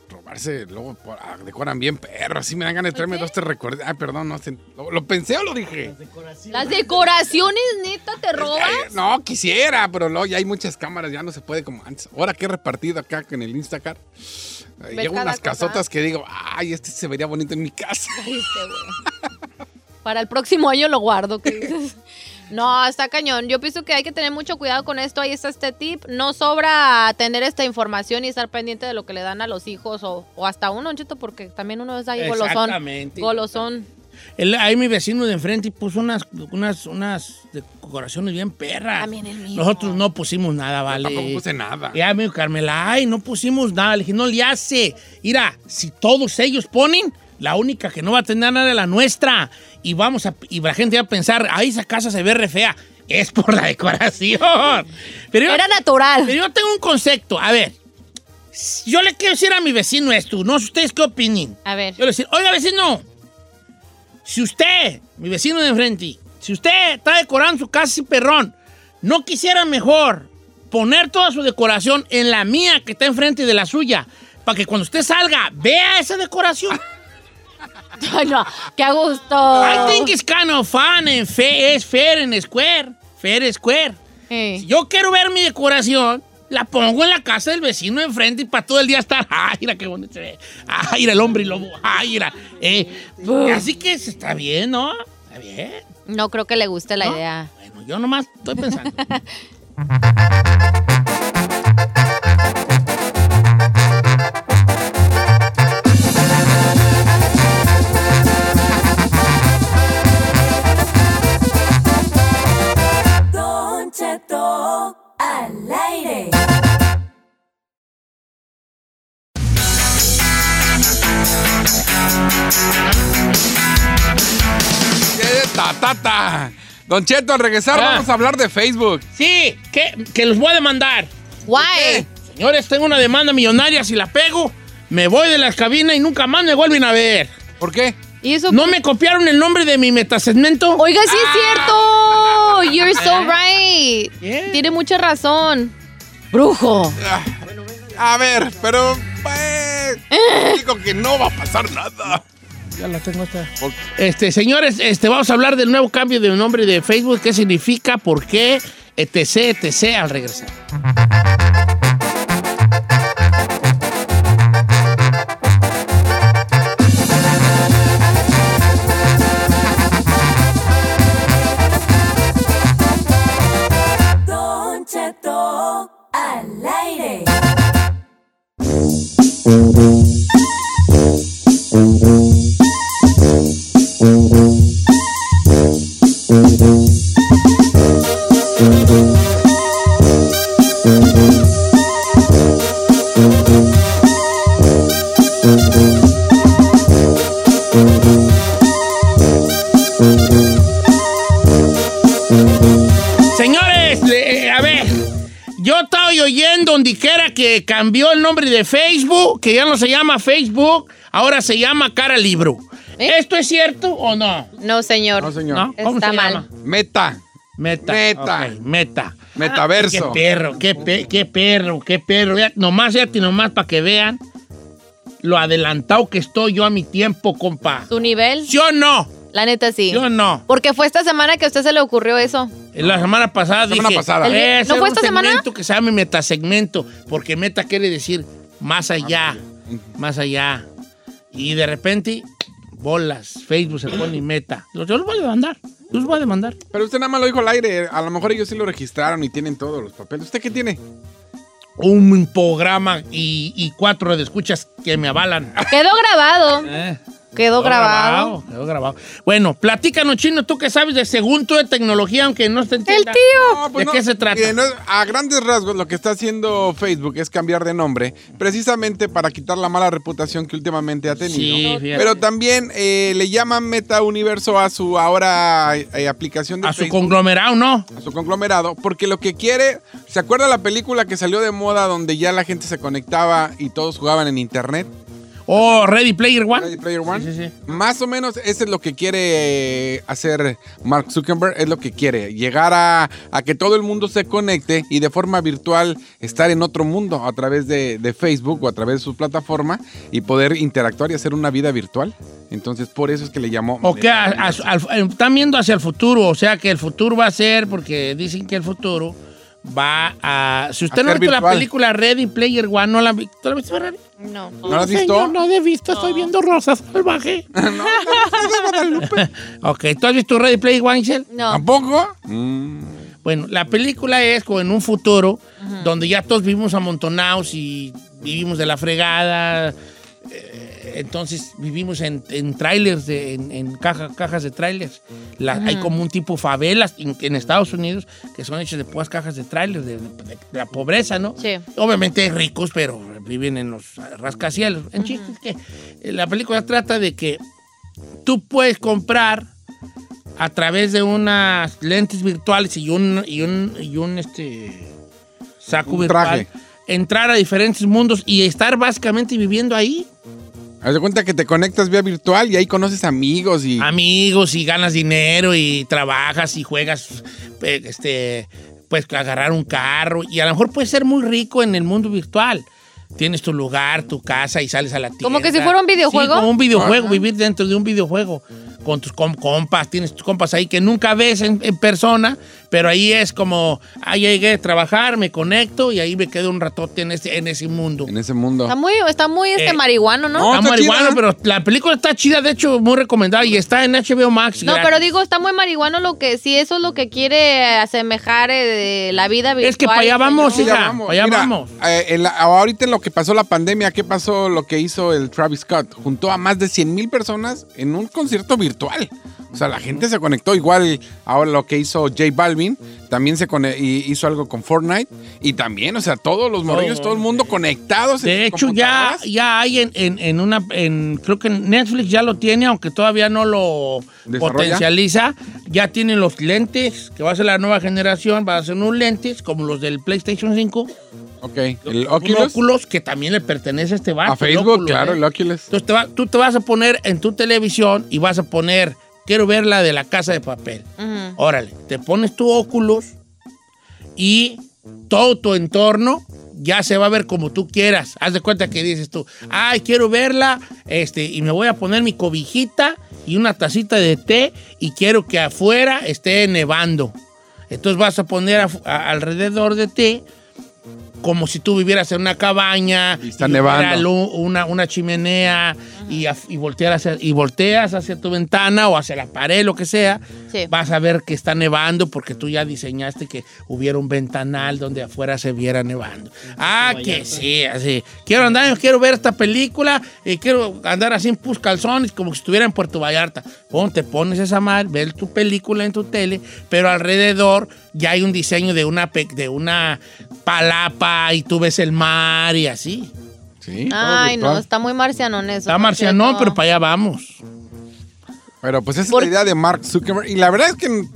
S2: Robarse, luego por- ah, decoran bien perro, así me dan ganas de traerme dos, te recuerdo. Ay, perdón, no sé, ¿lo, lo pensé o lo dije?
S3: Las decoraciones, neta, te roban.
S2: Ay, No, quisiera, pero luego ya hay muchas cámaras, ya no se puede como antes. Ahora que he repartido acá con el Instacar, eh,
S3: Ver
S2: llevo
S3: cada
S2: unas
S3: cosa.
S2: casotas que digo, ay, este se vería bonito en mi casa.
S3: Triste, güey. Para el próximo año lo guardo. ¿qué dices? No, está cañón. Yo pienso que hay que tener mucho cuidado con esto. Ahí está este tip. No sobra tener esta información y estar pendiente de lo que le dan a los hijos o, o hasta uno, Don Cheto, porque también uno es ahí golosón.
S1: Exactamente.
S3: Golosón.
S1: El- ahí mi vecino de enfrente puso unas, unas, unas decoraciones bien perras.
S3: También el mío.
S1: Nosotros no pusimos nada,
S2: Yo Tampoco
S1: ¿vale?
S2: puse nada.
S1: Ya me dijo Carmela, ay, no pusimos nada. Le dije, no le hace. Mira, si todos ellos ponen, la única que no va a tener nada es la nuestra. Y vamos a, y la gente va a pensar, ay, esa casa se ve re fea. Es por la decoración. Pero yo-
S3: Era natural.
S1: pero yo tengo un concepto. A ver, yo le quiero decir a mi vecino esto. No sé ustedes qué opinen.
S3: A ver.
S1: Yo le decir, oiga, vecino, si usted, mi vecino de enfrente, si usted está decorando su casa sin perrón, no quisiera mejor poner toda su decoración en la mía que está enfrente de la suya, para que cuando usted salga vea esa decoración.
S3: Ay, no, qué gusto.
S1: I think it's kind of fun and fa- es fair and square. Fair and square.
S3: Eh.
S1: Si yo quiero ver mi decoración, la pongo en la casa del vecino de enfrente y para todo el día estar. ¡Ay, mira qué bonito se ve! ¡Ay, mira el hombre y lobo! ¡Ay, mira! Eh, así que se está bien, ¿no? Está bien.
S3: No creo que le guste la
S1: ¿no?
S3: idea.
S1: Bueno, yo nomás estoy pensando.
S6: Don Cheto al aire.
S2: ¡Qué tatata! Don Cheto, al regresar
S1: Ah.
S2: vamos a hablar de Facebook.
S1: sí, que, que los voy a demandar.
S3: Guay.
S1: Señores, tengo una demanda millonaria. Si la pego, me voy de la cabina y nunca más me vuelven a ver.
S2: ¿Por qué?
S3: ¿Y eso?
S1: ¿No me copiaron el nombre de mi metasegmento?
S3: Oiga, sí
S1: Ah.
S3: es cierto. You're so right.
S1: Yeah.
S3: Tiene mucha razón. Brujo.
S2: Ah. A ver, pero... eh, digo que no va a pasar nada.
S1: Ya la tengo esta.
S2: ¿Por qué?
S1: Este, señores, este, vamos a hablar del nuevo cambio de nombre de Facebook, qué significa, por qué, etc, etc, al regresar.
S6: Don Cheto al aire.
S1: Señores, le- eh, a ver, yo estaba oyendo donde quiera que cambió el nombre de Facebook, que ya no se llama Facebook, ahora se llama Cara Libro.
S3: ¿Eh?
S1: ¿Esto es cierto o no?
S3: No, señor.
S2: No, señor.
S1: ¿No?
S3: Está mal.
S2: Meta.
S1: Meta.
S2: Meta.
S1: Ok, meta. Qué
S2: Metaverso.
S1: perro, qué, pe- qué perro, qué perro. Vea, Nomás, fíjate, nomás para que vean lo adelantado que estoy yo a mi tiempo, compa.
S3: ¿Su nivel?
S1: Yo no,
S3: La neta sí.
S1: yo no.
S3: Porque fue esta semana que a usted se le ocurrió eso.
S1: La semana pasada
S2: Semana
S1: dije, "Eh,
S2: pasada.
S3: ¿El vi-
S1: hacer
S3: no fue
S1: un
S3: esta semana?
S1: segmento que se llame metasegmento, porque meta quiere decir más allá, más allá. Y de repente, bolas, Facebook se pone meta. Yo los voy a demandar, yo los voy a demandar.
S2: Pero usted nada más lo dijo al aire. A lo mejor ellos sí lo registraron y tienen todos los papeles. ¿Usted qué tiene?
S1: Un programa y, y cuatro de escuchas que me avalan.
S3: Quedó grabado.
S1: Eh.
S3: Quedó grabado.
S1: Quedó grabado. Bueno, platícanos, Chino, tú que sabes de según tú de tecnología, aunque no se
S3: El
S1: entienda.
S3: tío.
S2: No,
S1: ¿De qué se trata?
S2: Mire, no, a grandes rasgos, lo que está haciendo Facebook es cambiar de nombre, precisamente para quitar la mala reputación que últimamente ha tenido.
S1: Sí, fíjate.
S2: Pero también eh, le llaman Meta Universo a su ahora eh, aplicación de
S1: A su
S2: Facebook,
S1: conglomerado, ¿no?
S2: a su conglomerado, porque lo que quiere, ¿se acuerda la película que salió de moda donde ya la gente se conectaba y todos jugaban en internet?
S1: Oh, Ready Player One.
S2: Ready Player One.
S1: Sí, sí, sí.
S2: Más o menos eso es lo que quiere eh, hacer Mark Zuckerberg, es lo que quiere, llegar a, a que todo el mundo se conecte y de forma virtual estar en otro mundo a través de, de Facebook o a través de su plataforma y poder interactuar y hacer una vida virtual. Entonces por eso es que le llamó...
S1: O que a- a- al- eh, están viendo hacia el futuro, o sea que el futuro va a ser, porque dicen que el futuro va a... Si usted
S2: A
S1: no ha
S2: ser
S1: visto la
S2: virtual.
S1: película Ready Player One, no la vi- ¿Tú la viste, Ferrari?
S3: No.
S2: ¿No lo has
S1: Señor,
S2: visto?
S1: no la he visto, estoy viendo Rosa Salvaje. ok, ¿tú has visto Ready Player One, Shell?
S3: No.
S2: ¿Tampoco? Mm,
S1: Bueno, la película es como en un futuro donde ya todos vivimos amontonados y vivimos de la fregada. eh, Entonces vivimos en, en trailers, de- en, en caja- cajas de trailers. La- Hay como un tipo favelas en, en Estados Unidos que son hechas de puras cajas de trailers, de, de- de la pobreza, ¿no?
S3: Sí.
S1: Obviamente ricos, pero viven en los rascacielos. En chiste, es que eh, la película trata de que tú puedes comprar a través de unas lentes virtuales y un, y un, y un, este, saco
S2: Un
S1: virtual,
S2: traje.
S1: entrar a diferentes mundos y estar básicamente viviendo ahí.
S2: Haz de cuenta que te conectas vía virtual y ahí conoces amigos y...
S1: Amigos y ganas dinero y trabajas y juegas, eh, este, pues agarrar un carro y a lo mejor puedes ser muy rico en el mundo virtual. tienes tu lugar, tu casa y sales a la tienda.
S3: ¿Como que si fuera un videojuego?
S1: Sí, como un videojuego,
S2: Ajá.
S1: vivir dentro de un videojuego con tus com- compas, tienes tus compas ahí que nunca ves en, en persona, pero ahí es como, ahí llegué a trabajar, me conecto y ahí me quedo un ratote en ese, en ese mundo.
S2: En ese mundo.
S3: Está muy, está muy este
S1: Eh,
S3: marihuano, ¿no?
S1: está
S2: está
S1: marihuana,
S2: chida. ¿eh?
S1: pero la película está chida, de hecho, muy recomendada y está en HBO Max.
S3: No,
S1: gratis.
S3: pero digo, está muy marihuano lo que, si eso es lo que quiere asemejar eh, de la vida virtual.
S1: Es que para allá vamos,
S3: señor.
S1: hija, para allá
S2: Mira,
S1: vamos.
S2: eh, en la- ahorita en lo que pasó la pandemia, ¿qué pasó lo que hizo el Travis Scott? Juntó a más de 100 mil personas en un concierto virtual. O sea, la gente se conectó igual ahora lo que hizo J Balvin, también se cone- y hizo algo con Fortnite y también, o sea, todos los morrillos, todo el mundo conectados. en
S1: De
S2: sus
S1: hecho, ya,
S2: computadoras.
S1: ya hay en, en- en una. En, creo que Netflix ya lo tiene, aunque todavía no lo
S2: ¿Desarrolla?
S1: potencializa. Ya tienen los lentes, que va a ser la nueva generación, va a ser unos lentes como los del PlayStation 5.
S2: Ok, el
S1: Unos
S2: Oculus.
S1: óculos que también le pertenece a este barco.
S2: A Facebook, claro,
S1: eh.
S2: el Oculus.
S1: Entonces te va- tú te vas a poner en tu televisión y vas a poner, quiero ver la de la casa de papel.
S3: Ujú.
S1: Órale, te pones tu óculos y todo tu entorno ya se va a ver como tú quieras. Haz de cuenta que dices tú, ay, quiero verla, este, y me voy a poner mi cobijita y una tacita de té y quiero que afuera esté nevando. Entonces vas a poner afu- a- alrededor de ti como si tú vivieras en una cabaña
S2: Y está
S1: hubiera
S2: nevando.
S1: lu- una, una chimenea y, af- y voltear hacia- y volteas hacia tu ventana o hacia la pared, lo que sea,
S3: Sí.
S1: vas a ver que está nevando porque tú ya diseñaste que hubiera un ventanal donde afuera se viera nevando. Ah, que sí, así. Quiero andar, quiero ver esta película y quiero andar así en pus calzones como si estuviera en Puerto Vallarta. Pon, te pones esa madre, ver tu película en tu tele, pero alrededor ya hay un diseño de una, pe- de una palapa y tú ves el mar y así.
S2: Sí, todo
S3: Ay, no,
S2: virtual.
S3: está muy marcianón eso.
S1: Está marcianón,
S3: Cheto.
S1: pero para allá vamos.
S2: Pero pues esa
S3: Por-
S2: es la idea de Mark Zuckerberg. Y la verdad es que n-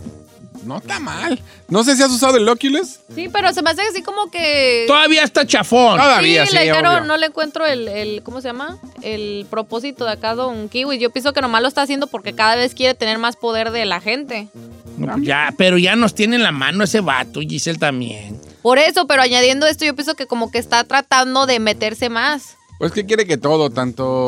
S2: no está mal. No sé si has usado el Oculus.
S3: Sí, pero se me hace así como que...
S1: Todavía está chafón.
S3: Ah.
S2: Todavía Ah, sí,
S3: sí, le
S2: obvio.
S3: claro, no le encuentro el, el- ¿cómo se llama? El propósito de acá Don Kiwi. Yo pienso que nomás lo está haciendo porque cada vez quiere tener más poder de la gente.
S1: No, pues ya, pero ya nos tiene en la mano ese vato, Giselle también.
S3: Por eso, pero añadiendo esto, yo pienso que como que está tratando de meterse más.
S2: Pues que quiere que todo, tanto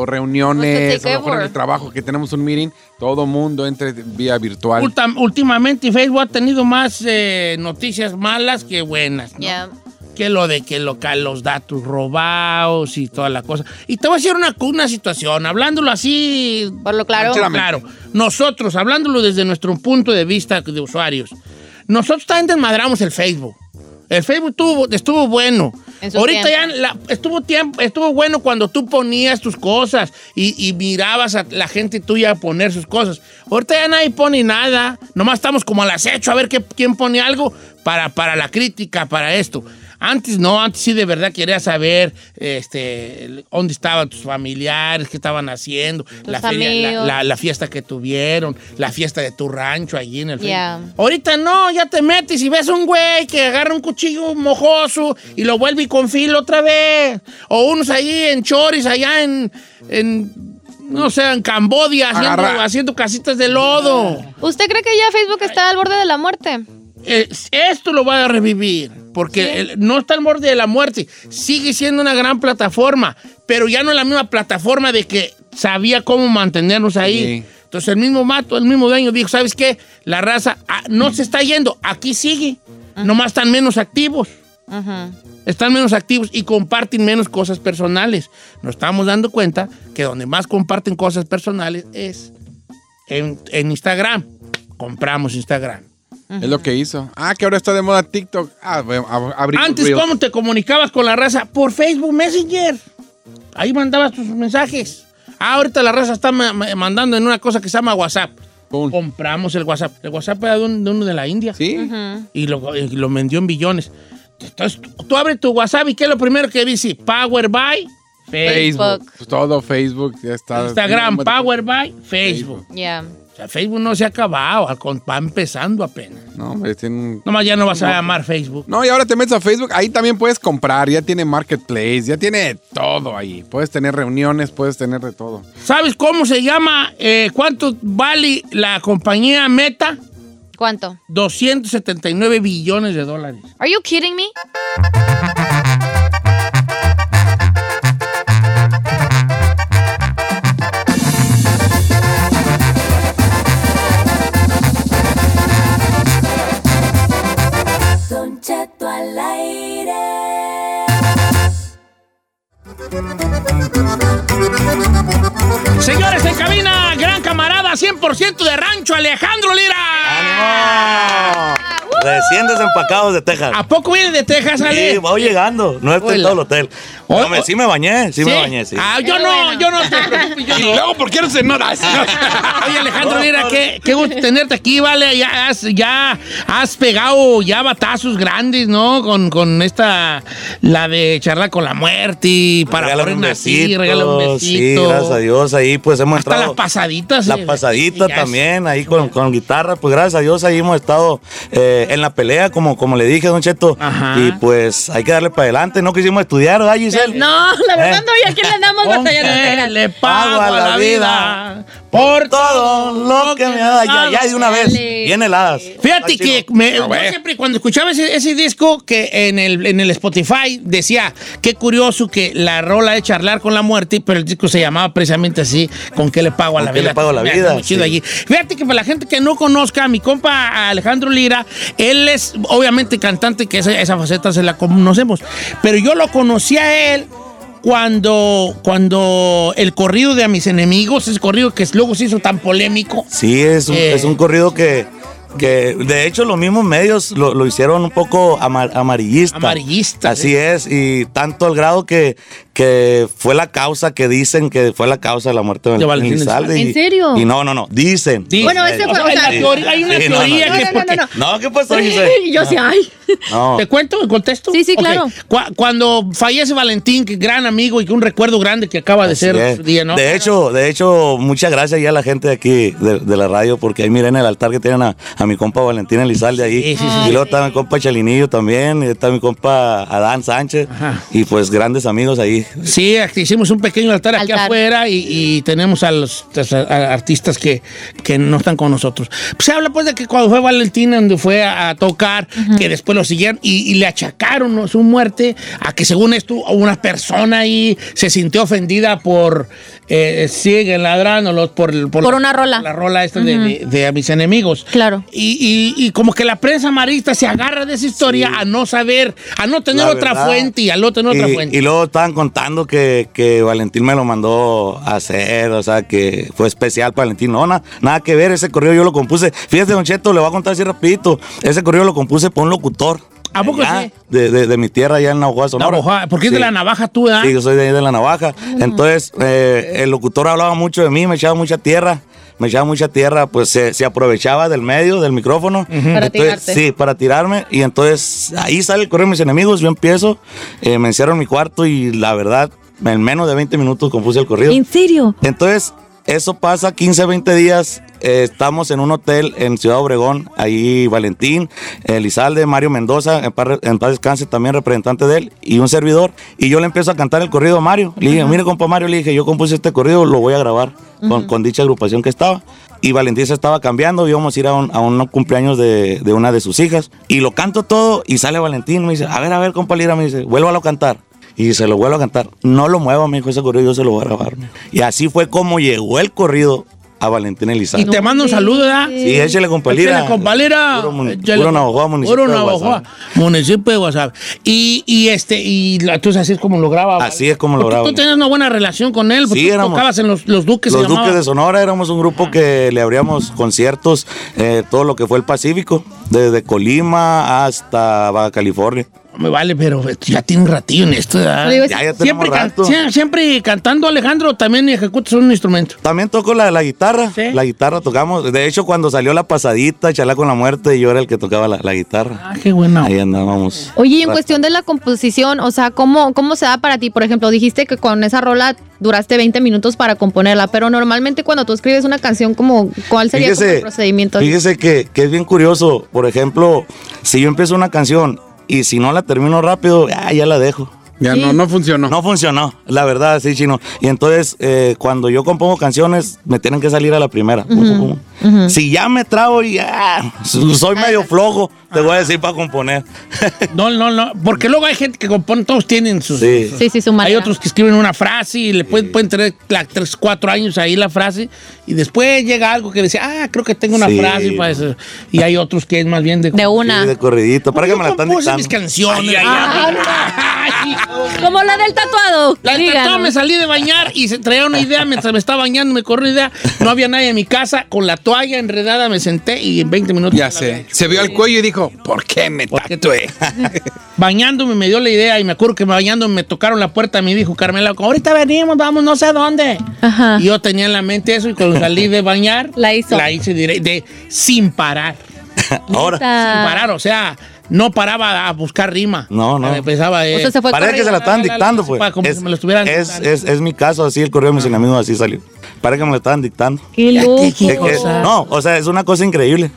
S3: No sé,
S2: reuniones,
S3: take
S2: a lo mejor en
S3: over.
S2: el trabajo que tenemos un meeting, todo mundo entre vía virtual.
S1: Ultam- últimamente Facebook ha tenido más eh, noticias malas que buenas, ¿no?
S3: Ya.
S1: Que lo de que lo, ca- los datos robados y toda la cosa. Y te voy a decir una, una situación, hablándolo así...
S3: Por lo claro.
S2: Manchela-
S1: Claro, nosotros, hablándolo desde nuestro punto de vista de usuarios, nosotros también desmadramos el Facebook. El Facebook tuvo, estuvo bueno.
S3: En su
S1: Ahorita
S3: tiempo.
S1: ya la- estuvo tiempo, estuvo bueno cuando tú ponías tus cosas y, y mirabas a la gente tuya poner sus cosas. Ahorita ya nadie pone nada. Nomás estamos como al acecho a ver qué, quién pone algo para, para la crítica, para esto. Antes no, antes sí de verdad quería saber este, el- dónde estaban tus familiares, qué estaban haciendo, la, feria- la-
S3: amigos.
S1: la- la fiesta que tuvieron, la fiesta de tu rancho allí en el
S3: Ya.
S1: Facebook. Ahorita no, ya te metes y ves un güey que agarra un cuchillo mojoso y lo vuelve y con filo otra vez. O unos ahí en choris, allá en, en, no sé, en Cambodia, haciendo,
S2: Agarra-
S1: haciendo casitas de lodo.
S3: ¿Usted cree que ya Facebook está al borde de la muerte?
S1: Eh, esto lo va a revivir, porque el- no está al borde de la muerte, sigue siendo una gran plataforma, pero ya no es la misma plataforma de que sabía cómo mantenernos ahí.
S2: Sí.
S1: Entonces el mismo mato, el mismo dueño dijo, ¿sabes qué? La raza ah, no se está yendo, aquí sigue, nomás están menos activos.
S3: Ujú.
S1: Están menos activos y comparten menos cosas personales. Nos estamos dando cuenta que donde más comparten cosas personales es en, en Instagram. Compramos Instagram.
S2: Es lo que hizo. Ah, que ahora está de moda TikTok. Ah, bueno, ab- abrimos
S1: Antes,
S2: Reels.
S1: ¿cómo te comunicabas con la raza? Por Facebook Messenger. Ahí mandabas tus mensajes. Ah, ahorita la raza está ma- ma- mandando en una cosa que se llama WhatsApp.
S2: Pum.
S1: Compramos el WhatsApp. El WhatsApp era de, un- de uno de la India.
S2: Sí.
S1: Y lo, y lo vendió en billones. Entonces, tú, tú abres tu WhatsApp y ¿qué es lo primero que dice? Power by Facebook.
S3: Facebook.
S2: Pues todo Facebook ya está.
S1: Instagram,
S2: Sí,
S1: Power by Facebook.
S3: Ya.
S1: O sea, Facebook no se ha acabado, al con- va empezando apenas.
S2: No, hombre, tiene un-
S1: Nomás ya no vas a llamar Facebook.
S2: No, y ahora te metes a Facebook, ahí también puedes comprar, ya tiene marketplace, ya tiene todo ahí. Puedes tener reuniones, puedes tener de todo.
S1: ¿Sabes cómo se llama? eh, ¿Cuánto vale la compañía Meta?
S3: ¿Cuánto?
S1: 279 billones de dólares.
S3: Are you kidding me?
S1: Señores en cabina, gran camarada 100% de rancho, Alejandro Lira.
S7: Recién desempacados de Texas.
S1: ¿A poco viene de Texas, Ale?
S7: Sí, voy llegando. No estoy en
S1: Ah, Hola.
S7: todo el hotel.
S1: Oh,
S7: No, me-
S1: oh.
S7: sí me bañé, sí, me bañé, sí.
S1: Ah, yo
S3: Qué
S1: no,
S3: bueno.
S1: yo no te preocupes, yo
S2: Y
S1: no.
S2: luego, ¿por qué no se nota?
S1: Oye, Alejandro, mira, qué, qué gusto tenerte aquí, vale. Ya has, ya has pegado ya batazos grandes, ¿no? Con, con esta, la de charla con la muerte, para
S7: Regálame
S1: poner
S7: un
S1: una así,
S7: besito,
S1: regala un besito.
S7: Sí, gracias a Dios. Ahí pues hemos
S1: Hasta
S7: entrado.
S1: las pasaditas.
S7: La
S1: eh,
S7: pasadita
S1: ya es-
S7: también, ahí con, con guitarra, pues gracias a Dios ahí hemos estado eh, en la pelea, como, como le dije, don Cheto.
S1: Ajá.
S7: Y pues hay que darle para adelante, no quisimos estudiar, ¿verdad, Giselle?
S3: No, la verdad
S7: Eh.
S3: no, y aquí le andamos
S7: Con
S3: batallando.
S1: Eh,
S3: espérate.
S1: le pago a la vida por
S7: Todo lo que me ha dado, ya, ya de una vez,
S3: Dale.
S7: bien heladas.
S1: Fíjate
S7: Está
S1: que
S7: chido.
S1: me- yo
S2: bueno.
S1: siempre cuando escuchaba ese, ese disco que en el, en el Spotify decía, qué curioso que la rola de charlar con la muerte, pero el disco se llamaba precisamente así, ¿con qué le pago a
S7: ¿Con
S1: la
S7: qué
S1: vida?
S7: le pago a la
S1: Me
S7: vida?
S1: hace muy chido
S7: Sí.
S1: allí. Fíjate que para la gente que no conozca a mi compa Alejandro Lira, él es obviamente cantante, que esa, esa faceta se la conocemos, pero yo lo conocí a él cuando, cuando el corrido de a mis enemigos, ese corrido que luego se hizo tan polémico.
S7: Sí, es un,
S1: Eh.
S7: es un corrido que, que de hecho los mismos medios lo, lo hicieron un poco amar- amarillista.
S1: Amarillista, eh.
S7: Así es, y tanto al grado que, que fue la causa que dicen que fue la causa de la muerte de
S1: De
S7: Valentín
S1: Valentín
S7: Elizalde.
S3: Elizalde.
S7: y-
S3: ¿En serio?
S7: Y no, no, no, dicen.
S1: Dicen.
S3: Bueno, ese fue- o
S1: hay,
S3: sea-
S1: la teoría- hay una
S7: Sí, no, no,
S1: teoría
S7: no,
S1: que
S3: no, no,
S1: porque-
S3: no, no.
S7: No, ¿qué pasó, Giselle?
S3: Y yo sí, ay.
S7: No.
S1: ¿Te cuento el contexto?
S3: Sí, sí,
S1: Ok.
S3: claro.
S1: Cu- Cuando fallece Valentín, que gran amigo y que un recuerdo grande que acaba de
S7: Así
S1: ser
S7: es.
S1: su día, ¿no?
S7: De hecho, de hecho, muchas gracias ya a la gente de aquí de, de la radio, porque ahí miren el altar que tienen a, a mi compa Valentín Elizalde ahí.
S1: Sí, sí,
S7: y luego está mi compa Chalinillo también, y está mi compa Adán Sánchez.
S1: Ajá.
S7: Y pues grandes amigos ahí.
S1: Sí, aquí hicimos un pequeño altar, aquí
S3: Altar.
S1: afuera y, y tenemos a los pues, a- a- artistas que, que no están con nosotros. Pues se habla pues de que cuando fue Valentín, donde fue a, a tocar, que después lo siguieron y, y le achacaron ¿no? su muerte a que según esto una persona ahí se sintió ofendida por eh, siguen ladrándolos por, el-
S3: Por
S1: la-
S3: una rola.
S1: La rola esta de- de, de a mis enemigos.
S3: Claro.
S1: Y, y- y como que la prensa marista se agarra de esa historia a no saber, a no tener
S7: La
S1: otra
S7: verdad.
S1: fuente y a no tener otra
S7: Y-
S1: fuente.
S7: Y luego estaban contando que, que Valentín me lo mandó a hacer, o sea, que fue especial para Valentín. No, na- nada que ver, ese correo yo lo compuse. Fíjate, Don Cheto, le voy a contar así rapidito. Ese correo lo compuse por un locutor.
S1: ¿A poco
S7: Allá,
S1: sí?
S7: De, de- de mi tierra, allá en Navajo, Sonora.
S1: Navajo, porque es de
S7: Sí.
S1: la navaja tú, ¿verdad?
S7: Sí, yo soy de ahí de la navaja.
S3: Mm.
S7: Entonces, eh, el locutor hablaba mucho de mí, me echaba mucha tierra. Me echaba mucha tierra, pues se, se aprovechaba del medio, del micrófono.
S3: Para
S7: Entonces,
S3: tirarte.
S7: Sí, para tirarme. Y entonces ahí sale el correo de mis enemigos. Yo empiezo, eh, me encierro en mi cuarto y la verdad, en menos de 20 minutos compuse el corrido.
S3: ¿En serio?
S7: Entonces, eso pasa 15, 20 días. eh, estamos en un hotel en Ciudad Obregón. Ahí Valentín, Elizalde, Mario Mendoza, en par- en paz, descanse, también representante de él, y un servidor. Y yo le empiezo a cantar el corrido a Mario. Le dije, mire, compa Mario, le dije, yo compuse este corrido, lo voy a grabar con, con dicha agrupación que estaba. Y Valentín se estaba cambiando, íbamos a ir a un, a un cumpleaños de, de una de sus hijas. Y lo canto todo y sale Valentín, me dice, a ver, a ver, compa Lira, me dice, vuélvalo a cantar. Y se lo vuelvo a cantar. No lo mueva, me dijo ese corrido, yo se lo voy a grabar. me dijo. Y así fue como llegó el corrido a Valentín
S1: Y
S7: Elizalde.
S1: te mando un saludo, ¿verdad?
S7: Sí, échale con palira.
S1: Échale con palera.
S7: Puro, mun-
S1: Échale
S7: puro
S1: con-
S7: Navajoa, municipio
S1: Puro
S7: de
S1: Navajoa,
S7: Guasave.
S1: municipio de Guasave. Y, y este, y la- entonces así es como lo graba.
S7: Así es como lo
S1: Porque
S7: graba.
S1: Tú tenías una buena relación con él, porque
S7: Sí,
S1: tú
S7: éramos-
S1: tocabas en los, los duques. se
S7: Los
S1: llamaba.
S7: Duques de Sonora éramos un grupo que le abríamos conciertos, eh, todo lo que fue el Pacífico, desde Colima hasta Baja California.
S1: Me vale, pero ya tiene un ratillo en esto. ¿verdad?
S3: Digo,
S7: Ya, ya tenemos
S1: Siempre, can-
S7: rato.
S1: sie- siempre cantando Alejandro, también ejecutas un instrumento.
S7: También toco la, la guitarra.
S1: Sí.
S7: La guitarra tocamos. De hecho, cuando salió la pasadita, Chalá con la muerte, yo era el que tocaba la, la guitarra.
S1: Ah, qué buena.
S7: Ahí andábamos.
S3: Oye, y en cuestión de la composición, o sea, ¿cómo, ¿cómo se da para ti? Por ejemplo, dijiste que con esa rola duraste 20 minutos para componerla, pero normalmente cuando tú escribes una canción, como, ¿cuál sería como el procedimiento?
S7: Fíjese que, que es bien curioso. Por ejemplo, si yo empiezo una canción y si no la termino rápido, ah, ya la dejo.
S2: Ya no, no funcionó.
S7: No funcionó, la verdad, sí, chino. Y entonces, eh, cuando yo compongo canciones, me tienen que salir a la primera. Si ya me trabo y ah, soy medio flojo, te voy a decir para componer.
S1: No, no, no. Porque luego hay gente que compone, todos tienen sus.
S7: Sí.
S3: Sí, sí, su
S1: Hay
S3: manera.
S1: otros que escriben una frase y le pueden, pueden tener la- tres, cuatro años ahí la frase y después llega algo que dice, ah, creo que tengo una
S7: Sí.
S1: frase para eso. Y hay otros que es más bien de...
S3: De una.
S7: Sí, de corridito. Para
S1: Yo
S7: que me la están
S1: compuse
S7: dictando.
S1: mis canciones.
S2: Ay, ay, ay.
S1: Ay,
S3: Como la del tatuado.
S1: La del
S3: díganos.
S1: tatuado me salí de bañar y se traía una idea mientras me estaba bañando, me corrió una idea. No había nadie en mi casa, con la toalla enredada me senté y en 20 minutos.
S2: Ya
S1: la había
S2: sé.
S1: hecho.
S2: Se vio al cuello y dijo, ¿por qué me
S7: eh.
S2: tatué?
S1: Bañándome me dio la idea y me acuerdo que bañándome me tocaron la puerta y me dijo Carmela, ahorita venimos, vamos no sé a dónde.
S3: Ajá.
S1: Y yo tenía en la mente eso y cuando salí de bañar,
S3: La hizo.
S1: La hice dire- de, sin parar.
S7: Ahora.
S1: Sin
S3: Ah,
S1: parar, o sea, no paraba a buscar rima.
S7: No, no.
S1: Empezaba de...
S3: O sea, se fue
S7: Parece que se la están
S1: la- la-
S7: dictando,
S1: sí,
S7: pues.
S1: pa, como
S7: es,
S1: si me lo estuvieran
S7: es,
S1: dictando.
S7: es- es mi caso, así el correo de mis enemigos así salió. Parece que me lo estaban dictando.
S3: Qué
S7: Es
S3: loco.
S7: que- no, o sea, es una cosa increíble.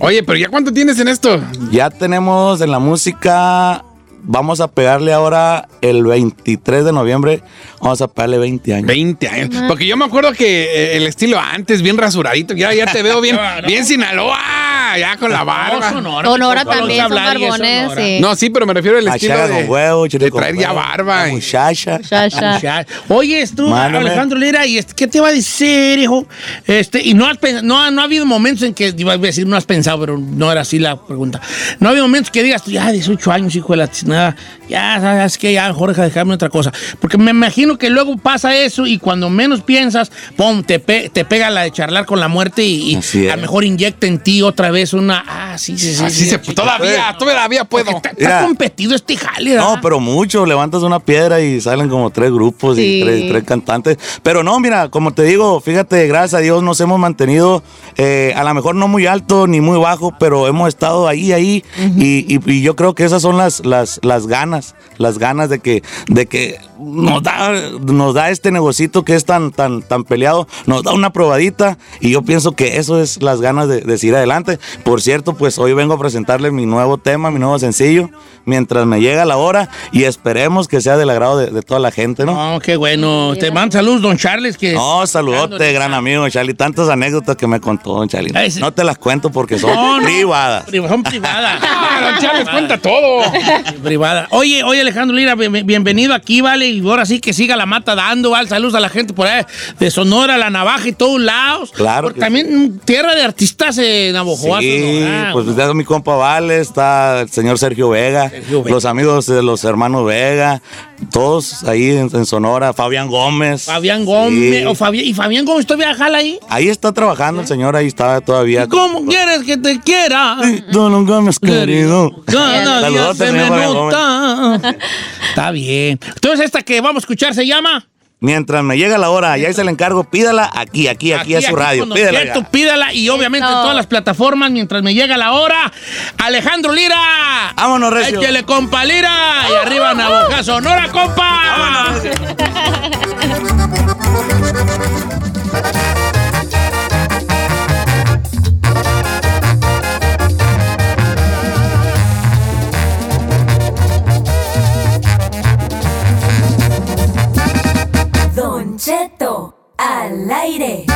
S2: Oye, pero ¿ya cuánto tienes en esto?
S7: Ya tenemos en la música, vamos a pegarle ahora el 23 de noviembre, vamos a pegarle 20 años.
S2: 20 años. Porque yo me acuerdo que eh, el estilo antes, bien rasuradito, ya, ya te veo bien,
S1: Claro.
S2: bien Sinaloa, ya con la
S1: No,
S2: barba.
S1: Sonora.
S3: Sonora
S1: Vamos a
S3: también, son
S1: hablar y es
S3: barbones.
S1: Sonora.
S3: sí.
S2: No, sí, pero me refiero al estilo
S7: Machaca
S2: de,
S7: con huevo, chile
S2: de
S7: con
S2: traer ya
S7: huevo,
S2: barba. y-
S7: Muchacha.
S3: Sha, sha.
S1: Ya. Oye, tú,
S7: Mándame.
S1: Alejandro Lira, ¿y este, qué te va a decir, hijo? Este, y no, has pen- no, ha- no ha habido momentos en que, iba a decir, no has pensado, pero no era así la pregunta. No ha habido momentos que digas, tú, ya, 18 años, hijo de la nada, ya, sabes que ya, Jorge, déjame otra cosa. Porque me imagino que luego pasa eso y cuando menos piensas, pum, te, pe- te pega la de charlar con la muerte y, y
S7: Así es.
S1: a lo mejor inyecta en ti otra vez una, ah, sí, sí, sí.
S2: Así
S1: sí,
S2: se,
S1: chico,
S2: todavía, todavía
S1: porque
S2: puedo.
S1: Está, está
S7: Mira.
S1: competido este jale, ¿verdad?
S7: No, pero mucho. Levantas una piedra y salen como tres grupos
S3: Sí.
S7: y tres, tres cantantes. Pero no, mira, como te digo, fíjate, gracias a Dios nos hemos mantenido, eh, a lo mejor no muy alto ni muy bajo, pero hemos estado ahí, ahí. y, y- y yo creo que esas son las, las, las ganas, las ganas de que, de que nos da, nos da este negocito que es tan, tan, tan peleado, nos da una probadita y yo pienso que eso es las ganas de, de seguir adelante. Por cierto, pues hoy vengo a presentarles mi nuevo tema, mi nuevo sencillo, mientras me llega la hora y esperemos que sea del agrado de, de toda la gente, ¿no?
S1: No, qué bueno. Te mando saludos, don Charles, que...
S7: No, saludote, gran amigo Charlie. Tantas anécdotas que me contó don Charlie.
S1: Ay, sí.
S7: No te las cuento porque son
S1: No, no.
S7: privadas.
S1: Pri- Son privadas.
S2: Ah, don Charles cuenta todo.
S1: Privada. Oye, oye, Alejandro Lira, bien- bienvenido aquí, vale. Y ahora sí que siga la mata dando, ¿vale? Saludos a la gente por ahí de Sonora, la Navaja y todos lados.
S7: Claro
S1: Porque
S7: que
S1: también mm, tierra de artistas eh, en Navojoa,
S7: Sí,
S1: Sonora.
S7: pues está mi compa Vale, está el señor Sergio Vega,
S1: Sergio Vega.
S7: los amigos de los hermanos Vega, todos ahí en, en Sonora, Fabián Gómez.
S1: Fabián
S7: Sí.
S1: Gómez. o Fabián, ¿Y Fabián Gómez todavía jala ahí?
S7: Ahí está trabajando el señor, ahí está todavía.
S1: ¿Y ¿Cómo quieres que te quiera?
S7: Don Gómez, querido.
S1: Cada día
S7: Saludotes,
S1: se me
S7: señor Fabián Gómez.
S1: nota. Está bien. Entonces, esta que vamos a escuchar se llama...
S7: Mientras me llega la hora, ya se le encargo, pídala aquí, aquí, aquí, a su radio.
S1: cuando
S7: Pídala.
S1: quieras,
S7: ya.
S1: tú pídala y obviamente en
S3: Eso.
S1: todas las plataformas mientras me llega la hora. Alejandro Lira.
S7: Vámonos, Recio.
S1: Échale, compa Lira. Y arriba Navaja Sonora, compa.
S6: Don Cheto, al aire.